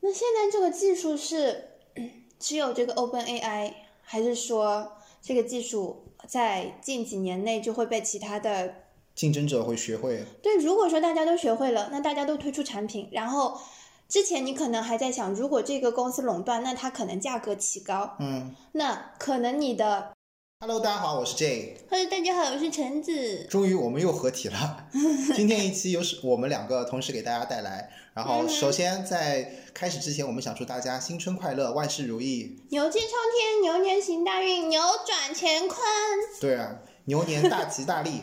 那现在这个技术是嗯只有这个 OpenAI，还是说这个技术在近几年内就会被其他的竞争者会学会，对，如果说大家都学会了，那大家都推出产品，然后之前你可能还在想，如果这个公司垄断，那它可能价格起高，嗯那可能你的。 ，Hello，大家好，我是 J， Hello，大家好，我是橙子。终于我们又合体了。今天一期由是我们两个同时给大家带来。然后首先在开始之前，我们想祝大家新春快乐，万事如意。牛气冲天，牛年行大运，扭转乾坤。对啊，牛年大吉大利。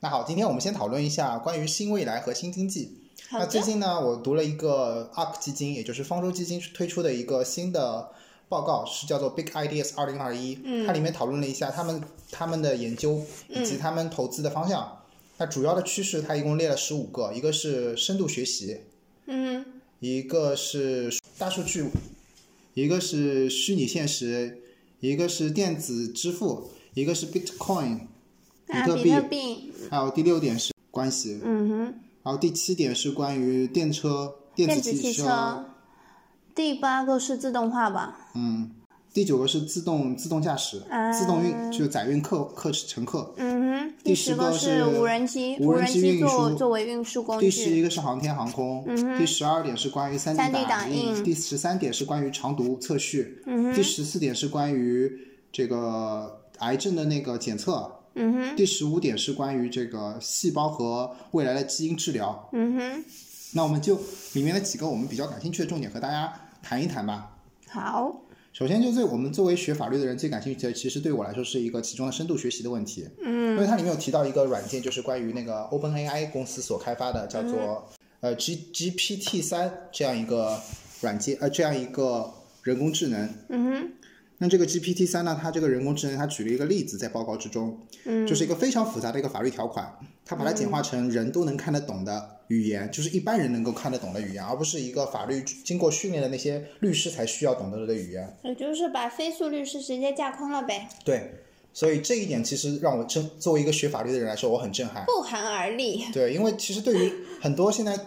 那好，今天我们先讨论一下关于新未来和新经济。好那最的，近呢，我读了一个 UP 基金，也就是方舟基金推出的一个新的报告，是叫做 Big Ideas 二零二一。嗯它里面讨论了一下他们他们的研究以及他们投资的方向。那主要的趋势，它一共列了十五个，一个是深度学习，嗯，一个是大数据，一个是虚拟现实，一个是电子支付，一个是 Bitcoin，啊，比特比特币，还有第六点是关系，嗯哼，然后第七点是关于电车、电子子汽汽车。第八个是自动化吧？嗯，第九个是自动自动驾驶，啊自动运就载运客客乘客。嗯哼，第第十十个个是是无人机，无无人人机机运输作作为运输工第十具。一个是航天航空，嗯第十二点是关于三 3D 打打印嗯第十三点是关于肠毒测序，第十四点是关于这个癌症的那个检测，嗯哼，第十五点是关于这个细胞和未来的基因治疗。嗯哼，那我们就里面的几个我们比较感兴趣的重点和大家谈一谈吧。好，首先，就对我们作为学法律的人最感兴趣的，其实对我来说是一个其中的深度学习的问题。嗯，因为它里面有提到一个软件，就是关于那个 OpenAI 公司所开发的，叫做、呃 G GPT 三这样一个软件，呃，这样一个人工智能。嗯哼，那这个 GPT 三呢，它这个人工智能，它举了一个例子在报告之中，嗯就是一个非常复杂的一个法律条款，它把它简化成人都能看得懂的语言，就是一般人能够看得懂的语言，而不是一个法律经过训练的那些律师才需要懂得的语言。也就是把非诉律师直接架空了呗，对，所以这一点其实让我震，作为一个学法律的人来说，我很震撼。不寒而栗。对，因为其实对于很多现在，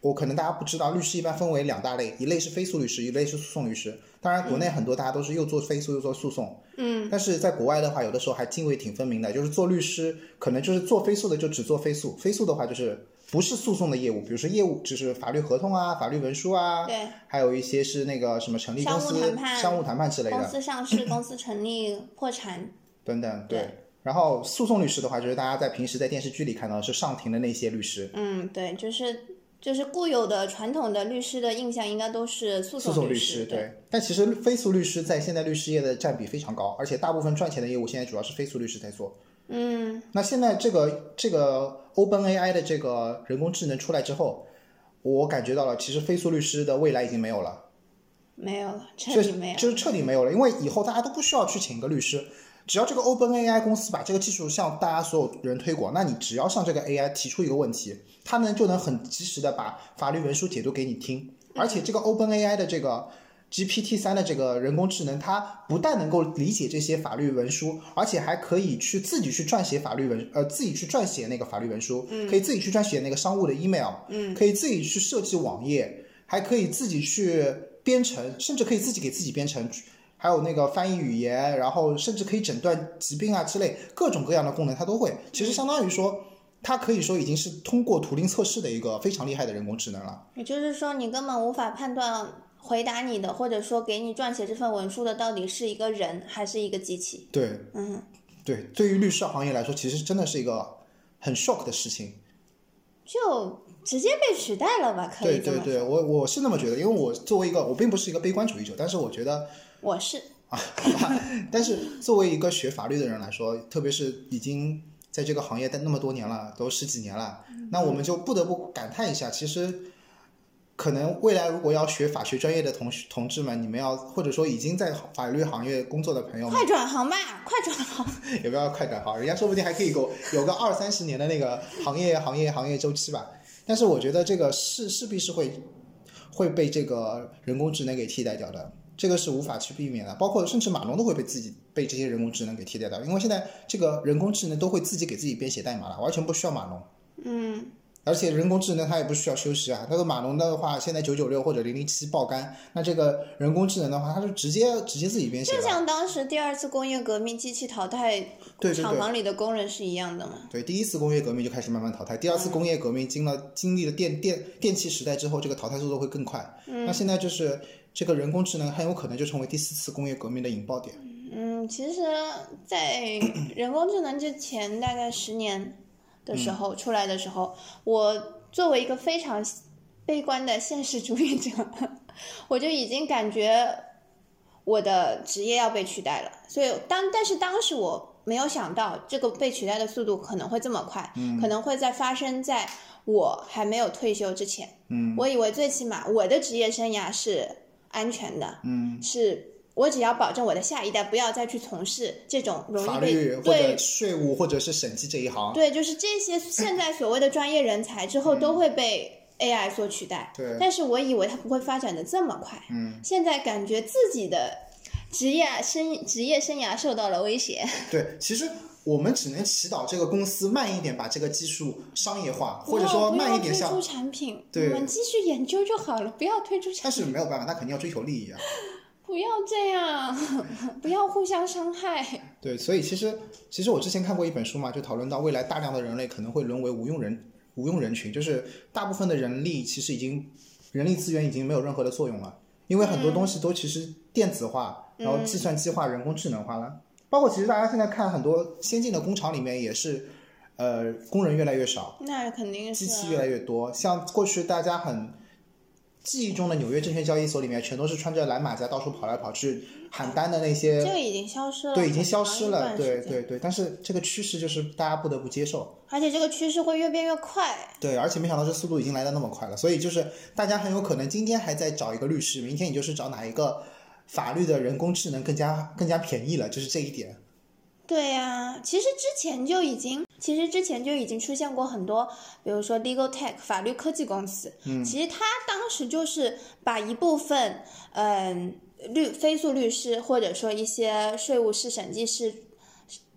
我可能大家不知道，律师一般分为两大类，一类是非诉律师，一类是诉讼律师。当然，国内很多大家都是又做非诉又做诉讼，嗯，但是在国外的话，有的时候还泾渭挺分明的，就是做律师可能就是做非诉的就只做非诉，非诉的话就是不是诉讼的业务，比如说业务就是法律合同啊、法律文书啊，对，还有一些是那个什么成立公商务司谈、判商务谈判之类的公。司上市，公司成立、破产，等等，对对。然后诉讼律师的话，就是大家在平时在电视剧里看到的是上庭的那些律师，嗯，对，就是就是固有的传统的律师的印象应该都是诉诉讼律师对，对。但其实非诉律师在现在律师业的占比非常高，而且大部分赚钱的业务现在主要是非诉律师在做。嗯，那现在这个这个 OpenAI 的这个人工智能出来之后，我感觉到了，其实非诉律师的未来已经没有了，没有了，彻底就是没有。就是彻底没有了，因为以后大家都不需要去请一个律师。只要这个 OpenAI 公司把这个技术向大家所有人推广，那你只要向这个 AI 提出一个问题，它呢就能很及时的把法律文书解读给你听。而且这个 OpenAI 的这个 GPT 三的这个人工智能，它不但能够理解这些法律文书，而且还可以去自己去撰写法律文，呃，自己去撰写那个法律文书，嗯可以自己去撰写那个商务的 email，嗯，可以自己去设计网页，还可以自己去编程，甚至可以自己给自己编程。还有那个翻译语言，然后甚至可以诊断疾病啊之类各种各样的功能，它都嗯会。其实相当于说，它可以说已经是通过图灵测试的一个非常厉害的人工智能了。也就是说，你根本无法判断回答你的，或者说给你撰写这份文书的到底是一个人还是一个机器。对，嗯，对，对于律师行业来说，其实真的是一个很 shock 的事情。就直接被取代了吧？可对以这对么说。对，我我是那么觉得，因为我作为一个我并不是一个悲观主义者，但是我觉得，我是，但是作为一个学法律的人来说，特别是已经在这个行业待那么多年了，都十几年了，那我们就不得不感叹一下，其实。可能未来如果要学法学专业的同学同志们，你们要或者说已经在法律行业工作的朋友们，快转行吧，快转行。 也不要快感哈，人家说不定还可以有有个二三十年的那个行业行业行业周期吧。但是我觉得这个势势必是会会被这个人工智能给替代掉的，这个是无法去避免的。包括甚至马龙都会被自己被这些人工智能给替代掉，因为现在这个人工智能都会自己给自己编写代码了，完全不需要马龙。嗯，而且人工智能它也不需要休息啊。那个马龙的话，现在九九六或者零零七爆肝，那这个人工智能的话，它就直接直接自己编写就了。像当时第二次工业革命，机器淘汰对对厂对房里的工人是一样的嘛？对，第一次工业革命就开始慢慢淘汰，第嗯二次工业革命经了经历了电电电气时代之后，这个淘汰速度会更快。那嗯现在就是这个人工智能很有可能就成为第四次工业革命的引爆点。嗯，其实，在人工智能之前大概十年嗯的时候、出来的时候，我作为一个非常悲观的现实主义者，我就已经感觉我的职业要被取代了。所以当但是当时我没有想到这个被取代的速度可能会这么快，嗯可能会在发生在我还没有退休之前。嗯我以为最起码我的职业生涯是安全的，嗯，是我只要保证我的下一代不要再去从事这种容法易被律或者对税务或者是审计这一行，对，就是这些现在所谓的专业人才之后都会被 AI 所取代。嗯对但是我以为它不会发展的这么快，嗯，现在感觉自己的职业生职业生涯受到了威胁。对，其实我们只能祈祷这个公司慢一点把这个技术商业化，或者不要说不要慢一点推像出，产品，对我们继续研究就好了，不要推出产但是品，没有办法，他肯定要追求利益啊。不要这样，不要互相伤害。对，所以其实其实我之前看过一本书嘛，就讨论到未来大量的人类可能会沦为无用人无用人群，就是大部分的人力其实已经人力资源已经没有任何的作用了，因为很多东西都其实电子化，然后计算机化、人工智能化了。包括其实大家现在看很多先进的工厂里面也是，呃，工人越来越少，那肯定是机啊、器越来越多，像过去大家很记忆中的纽约证券交易所里面，全都是穿着蓝马甲到处跑来跑去喊单的那这些，个已经消失了，对，已经很消长失一了，段时对间对对。但是这个趋势就是大家不得不接受，而且这个趋势会越变越快。对，而且没想到这速度已经来的那么快了，所以就是大家很有可能今天还在找一个律师，明天你就是找哪一个法律的人工智能更加更加便宜了，就是这一点。对呀、其实之前就已经，其实之前就已经出现过很多，比如说 legal tech 法律科技公司，嗯，其实它当时就是把一部分，嗯、律非诉律师或者说一些税务师、审计师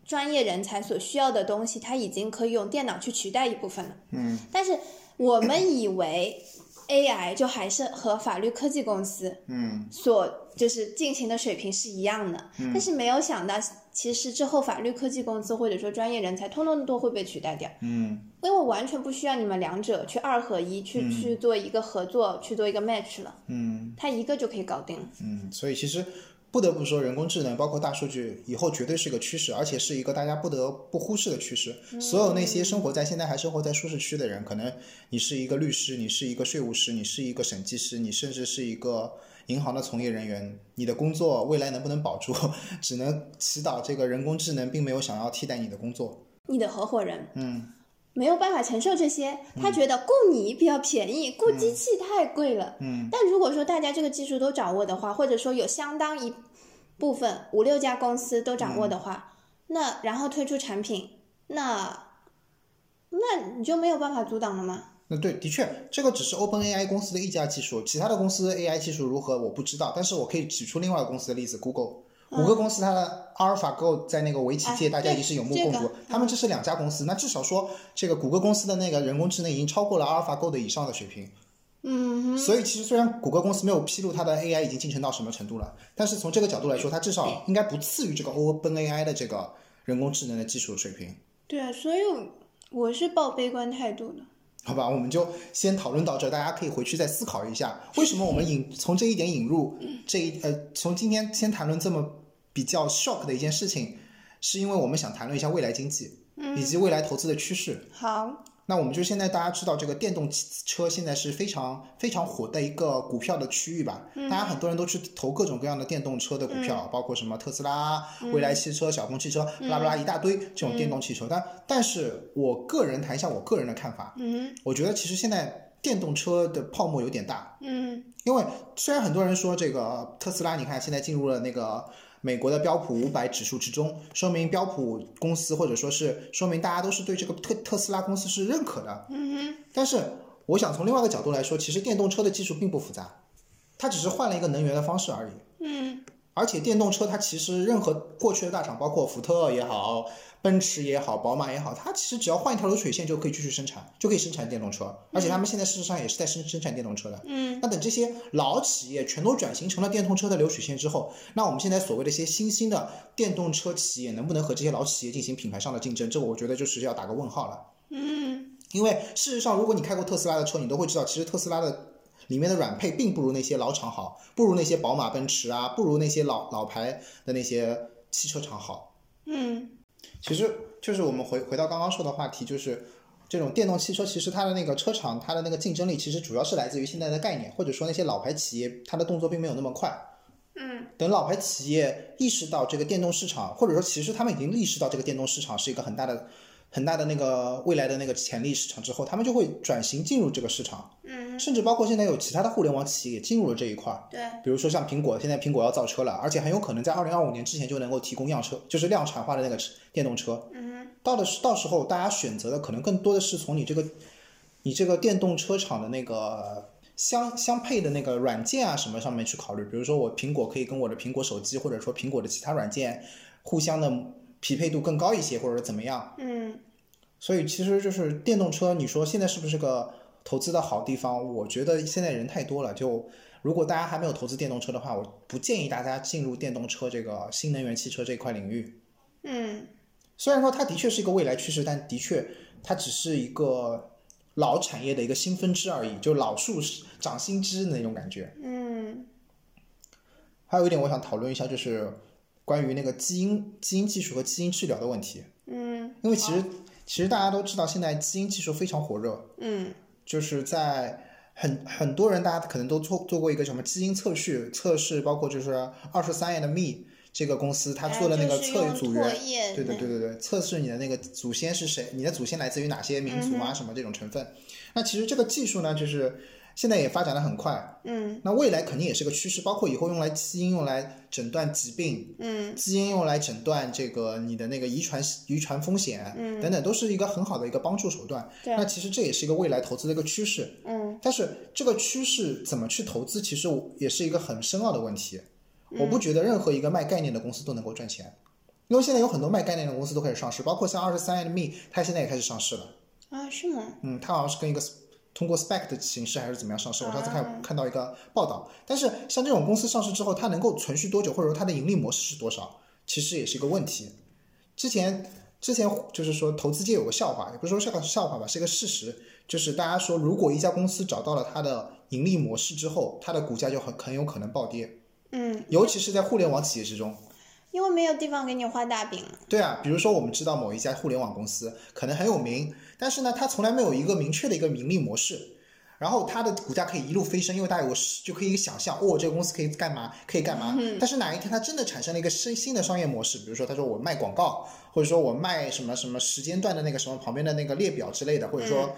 专业人才所需要的东西，它已经可以用电脑去取代一部分了。嗯，但是我们以为 AI 就还是和法律科技公司，嗯，所就是进行的水平是一样的，但是没有想到，其实之后法律科技公司或者说专业人才，通通都会被取代掉，嗯，因为我完全不需要你们两者去二合一，去、去做一个合作，去做一个 match 了，嗯，它一个就可以搞定了。嗯，所以其实不得不说，人工智能包括大数据以后绝对是个趋势，而且是一个大家不得不忽视的趋势。所有那些生活在现在还生活在舒适区的人，可能你是一个律师，你是一个税务师，你是一个审计师，你甚至是一个银行的从业人员，你的工作未来能不能保住， 只能祈祷这个人工智能并没有想要替代你的工作。你的合伙人嗯，没有办法承受这些，他觉得雇你比较便宜，雇机器太贵了。嗯，但如果说大家这个技术都掌握的话，或者说有相当一部分五六家公司都掌握的话，嗯那然后推出产品，那那你就没有办法阻挡了吗？那对，的确，这个只是 OpenAI 公司的一家技术，其他的公司的 AI 技术如何我不知道，但是我可以举出另外一个公司的例子，Google。谷歌公司它的 AlphaGo 在那个围棋界嗯哎大家对也是有目这共个嗯睹，他们这是两家公司，那至少说这个谷歌公司的那个人工智能已经超过了 AlphaGo 的以上的水平，嗯哼，所以其实虽然谷歌公司没有披露它的 AI 已经进程到什么程度了，但是从这个角度来说，它嗯至少应该不次于这个 OpenAI 的这个人工智能的技术水平。对啊，所以我是抱悲观态度的。好吧，我们就先讨论到这，大家可以回去再思考一下，为什么我们引从这一点引入这一呃，从今天先谈论这么比较 shock 的一件事情，是因为我们想谈论一下未来经济以及未来投资的趋势。好，那我们就现在大家知道，这个电动汽车现在是非常非常火的一个股票的区域吧？大家很多人都去投各种各样的电动车的股票，包括什么特斯拉、未来汽车、小鹏汽车，巴拉巴拉一大堆这种电动汽车。但但是我个人谈一下我个人的看法，嗯我觉得其实现在电动车的泡沫有点大，嗯因为虽然很多人说这个特斯拉，你看现在进入了那个美国的标普五百指数之中，说明标普公司或者说是说明大家都是对这个特特斯拉公司是认可的。嗯哼，但是我想从另外一个角度来说，其实电动车的技术并不复杂，它只是换了一个能源的方式而已。嗯而且电动车它其实任何过去的大厂，包括福特也好、奔驰也好、宝马也好，它其实只要换一条流水线就可以继续生产，就可以生产电动车。而且他们现在事实上也是在生生产电动车的。嗯，那等这些老企业全都转型成了电动车的流水线之后，那我们现在所谓的一些新兴的电动车企业，能不能和这些老企业进行品牌上的竞争？这个我觉得就是要打个问号了。嗯，因为事实上，如果你开过特斯拉的车，你都会知道，其实特斯拉的里面的软配并不如那些老厂好，不如那些宝马、奔驰啊，不如那些老老牌的那些汽车厂好。嗯，其实就是我们回回到刚刚说的话题，就是这种电动汽车，其实它的那个车厂，它的那个竞争力，其实主要是来自于现在的概念，或者说那些老牌企业，它的动作并没有那么快。嗯，等老牌企业意识到这个电动市场，或者说其实他们已经意识到这个电动市场是一个很大的、很大的那个未来的那个潜力市场之后，他们就会转型进入这个市场，嗯，甚至包括现在有其他的互联网企业也进入了这一块儿，对，比如说像苹果，现在苹果要造车了，而且很有可能在二零二五年之前就能够提供样车，就是量产化的那个车电动车。嗯到的是到时候大家选择的可能更多的是从你这个你这个电动车厂的那个相相配的那个软件啊什么上面去考虑，比如说我苹果可以跟我的苹果手机或者说苹果的其他软件互相的匹配度更高一些，或者怎么样。嗯所以其实就是电动车，你说现在是不是个投资的好地方？我觉得现在人太多了，就如果大家还没有投资电动车的话，我不建议大家进入电动车这个新能源汽车这一块领域。嗯虽然说它的确是一个未来趋势，但的确它只是一个老产业的一个新分支而已，就老树长新枝的那种感觉。嗯还有一点我想讨论一下，就是关于那个基因基因技术和基因治疗的问题，嗯因为其实其实大家都知道，现在基因技术非常火热，嗯就是在很很多人，大家可能都做做过一个什么基因测序测试，包括就是二十三 andme 这个公司，哎它做了那个测组员，员对对对对对，测试你的那个祖先是谁，你的祖先来自于哪些民族啊，什么这种成分。那其实这个技术呢，就是现在也发展的很快，嗯那未来肯定也是个趋势，包括以后用来基因用来诊断疾病，嗯基因用来诊断这个你的那个遗传遗传风险，等等，都是一个很好的一个帮助手段。对那其实这也是一个未来投资的一个趋势。嗯但是这个趋势怎么去投资，其实我也是一个很深奥的问题。我不觉得任何一个卖概念的公司都能够赚钱，因为现在有很多卖概念的公司都开始上市，包括像二十三 andme，它现在也开始上市了。啊是吗？嗯，它好像是跟一个 s- 通过 spec 的形式还是怎么样上市，我上次看看到一个报道。但是像这种公司上市之后，它能够存续多久，或者说它的盈利模式是多少，其实也是一个问题。之前之前就是说投资界有个笑话，也不是说笑话笑话吧，是一个事实，就是大家说如果一家公司找到了它的盈利模式之后，它的股价就很很有可能暴跌，嗯，尤其是在互联网企业之中。因为没有地方给你画大饼了。对啊，比如说我们知道某一家互联网公司可能很有名，但是呢，它从来没有一个明确的一个盈利模式，然后它的股价可以一路飞升，因为大家有实就可以想象，哦，这个公司可以干嘛，可以干嘛。嗯但是哪一天它真的产生了一个新新的商业模式，比如说他说我卖广告，或者说我卖什么什么时间段的那个什么旁边的那个列表之类的，或者说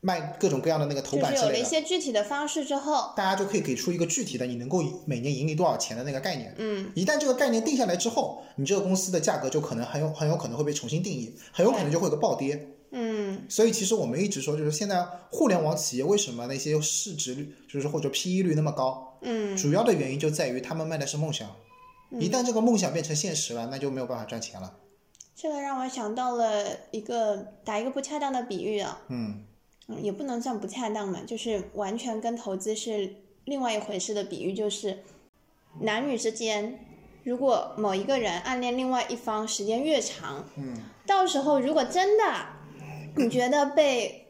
卖各种各样的那个头嗯就版是之有了类一的。些具体的方式之后，大家就可以给出一个具体的你能够每年盈利多少钱的那个概念。嗯，一旦这个概念定下来之后，你这个公司的价格就可能很有很有可能会被重新定义，很有可能就会有个暴跌。嗯所以其实我们一直说，就是现在互联网企业为什么那些市值率，就是或者 PE 率那么高，嗯主要的原因就在于他们卖的是梦想。一旦这个梦想变成现实了，那就没有办法赚钱了。这个让我想到了一个打一个不恰当的比喻啊，嗯，嗯，也不能算不恰当吧，就是完全跟投资是另外一回事的比喻，就是男女之间，如果某一个人暗恋另外一方时间越长，嗯，到时候如果真的你觉得被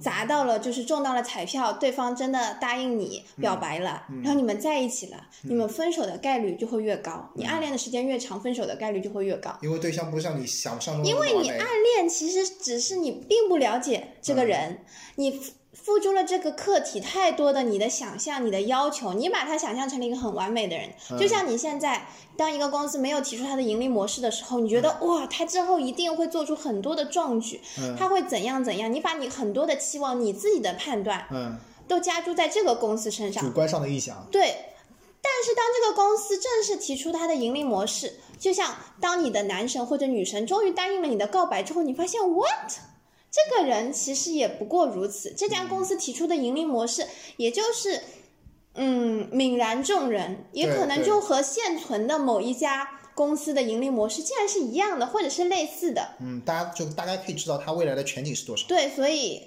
砸到了，就是中到了彩票，对方真的答应你表白了，然后你们在一起了，你们分手的概率就会越高，你暗恋的时间越长，分手的概率就会越高。因为对象不是像你想象中的因为那么你完美暗恋其实只是你并不了解这个人，你付付出了这个客体太多的你的想象、你的要求，你把他想象成了一个很完美的人。就像你现在，当一个公司没有提出它的盈利模式的时候，你觉得、哇，他之后一定会做出很多的壮举，嗯他会怎样怎样？你把你很多的期望、你自己的判断嗯，都加注在这个公司身上主，观上的臆想。对，但是当这个公司正式提出它的盈利模式，就像当你的男神或者女神终于答应了你的告白之后，你发现 what？这个人其实也不过如此。这家公司提出的盈利模式，也就是嗯泯然众人，也对可能对就和现存的某一家公司的盈利模式竟然是一样的，或者是类似的。嗯，大家就大概可以知道它未来的前景是多少。对，所以，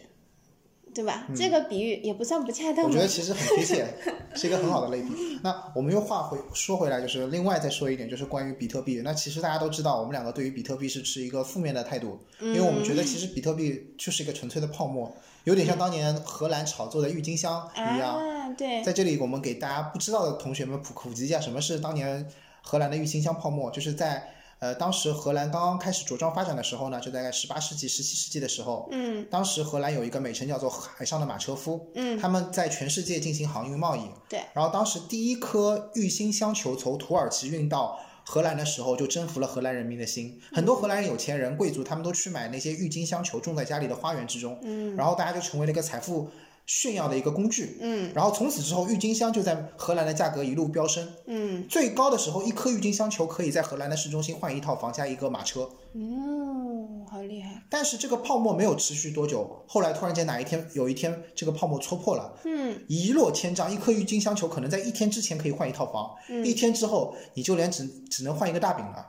对吧？这个比喻也不算不恰当嗯我觉吧得。其实很贴切，是一个很好的类比。那我们又话回说回来，就是另外再说一点，就是关于比特币。那其实大家都知道，我们两个对于比特币是持一个负面的态度，因为我们觉得其实比特币就是一个纯粹的泡沫，有点像当年荷兰炒作的郁金香一样。啊，对，在这里，我们给大家不知道的同学们普普及一下，什么是当年荷兰的郁金香泡沫，就是在。呃，当时荷兰刚刚开始茁壮发展的时候呢，就大概十八世纪、十七世纪的时候，嗯当时荷兰有一个美称叫做海上的马车夫，嗯，他们在全世界进行航运贸易。对。然后当时第一颗郁金香球从土耳其运到荷兰的时候，就征服了荷兰人民的心。嗯很多荷兰人有钱人、贵族，他们都去买那些郁金香球，种在家里的花园之中。嗯然后大家就成为了一个财富炫耀的一个工具。嗯然后从此之后，郁金香就在荷兰的价格一路飙升。嗯最高的时候，一颗郁金香球可以在荷兰的市中心换一套房加一个马车。嗯，好厉害。但是这个泡沫没有持续多久，后来突然间哪一天有一天这个泡沫戳破了，嗯一落千丈，一颗郁金香球可能在一天之前可以换一套房，一天之后你就连只只能换一个大饼了。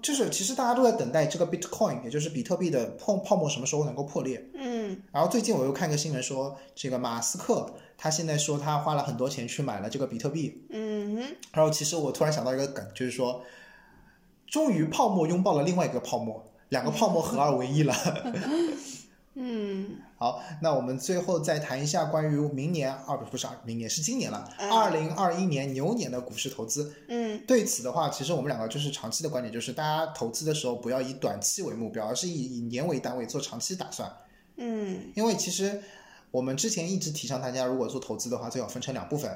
就是其实大家都在等待这个 Bitcoin，也就是比特币的泡泡沫什么时候能够破裂。嗯然后最近我又看一个新闻说，这个马斯克他现在说他花了很多钱去买了这个比特币。嗯哼然后其实我突然想到一个梗，就是说，终于泡沫拥抱了另外一个泡沫，两个泡沫合二为一了。 嗯好，那我们最后再谈一下关于明年二不是二明年是今年了，嗯二零二一年牛年的股市投资。嗯对此的话，其实我们两个就是长期的观点，就是大家投资的时候不要以短期为目标，而是以以年为单位做长期打算。嗯因为其实我们之前一直提倡大家，如果做投资的话，最好分成两部分。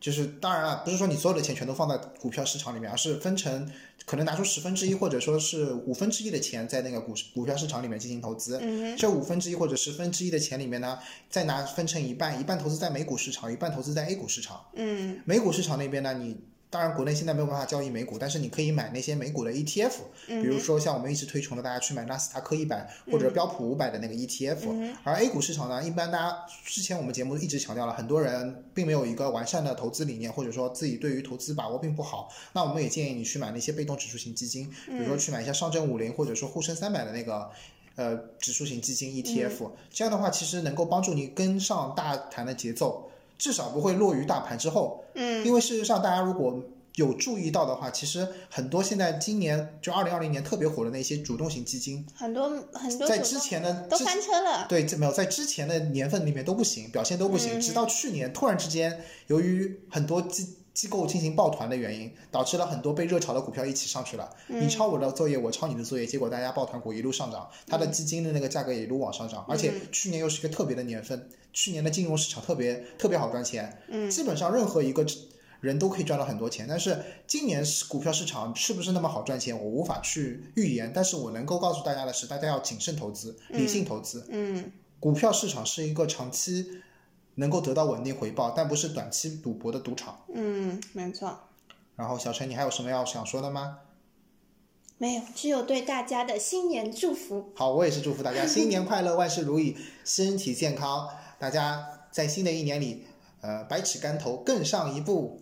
就是当然了，不是说你所有的钱全都放在股票市场里面，而是分成可能拿出十分之一或者说是五分之一的钱在那个股股票市场里面进行投资。嗯这五分之一或者十分之一的钱里面呢，再拿分成一半，一半投资在美股市场，一半投资在 A 股市场。嗯美股市场那边呢，你当然国内现在没有办法交易美股，但是你可以买那些美股的 E ETF，比嗯如说像我们一直推崇的，大家去买纳斯达克一百或者标普五百的那个 ETF、而 A 股市场呢，一般大家之前我们节目一直强调了，很多人并没有一个完善的投资理念，或者说自己对于投资把握并不好。那我们也建议你去买那些被动指数型基金，比如说去买一下上证五零或者说沪深三百的那个。呃，指数型基金 ETF，、这样的话其实能够帮助你跟上大盘的节奏，至少不会落于大盘之后。嗯因为事实上，大家如果有注意到的话，其实很多现在今年就二零二零年特别火的那些主动型基金，很多很多在股之东前的都之翻车了。嗯对，这没有在之前的年份里面都不行，表现都不行，直到去年突然之间，由于很多机机构进行抱团的原因，导致了很多被热炒的股票一起上去了。嗯你抄我的作业，我抄你的作业，结果大家抱团股一路上涨，它嗯的基金的那个价格也一路往上涨，而且去年又是一个特别的年份，去年的金融市场特别特别好赚钱，嗯基本上任何一个。人都可以赚到很多钱，但是今年是股票市场是不是那么好赚钱，我无法去预言。但是我能够告诉大家的是，大家要谨慎投资，理性投资。嗯股票市场是一个长期能够得到稳定回报，但不是短期赌博的赌场。嗯，没错，然后小陈，你还有什么要想说的吗？没有，只有对大家的新年祝福。好，我也是祝福大家新年快乐，万事如意，身体健康。大家在新的一年里，呃，百尺竿头更上一步，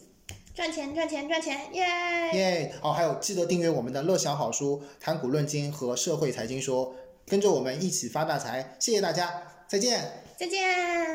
赚钱，赚钱，赚钱，耶！耶！哦，还有记得订阅我们的乐享好书、谈股论金和社会财经说，跟着我们一起发大财。谢谢大家，再见。再见。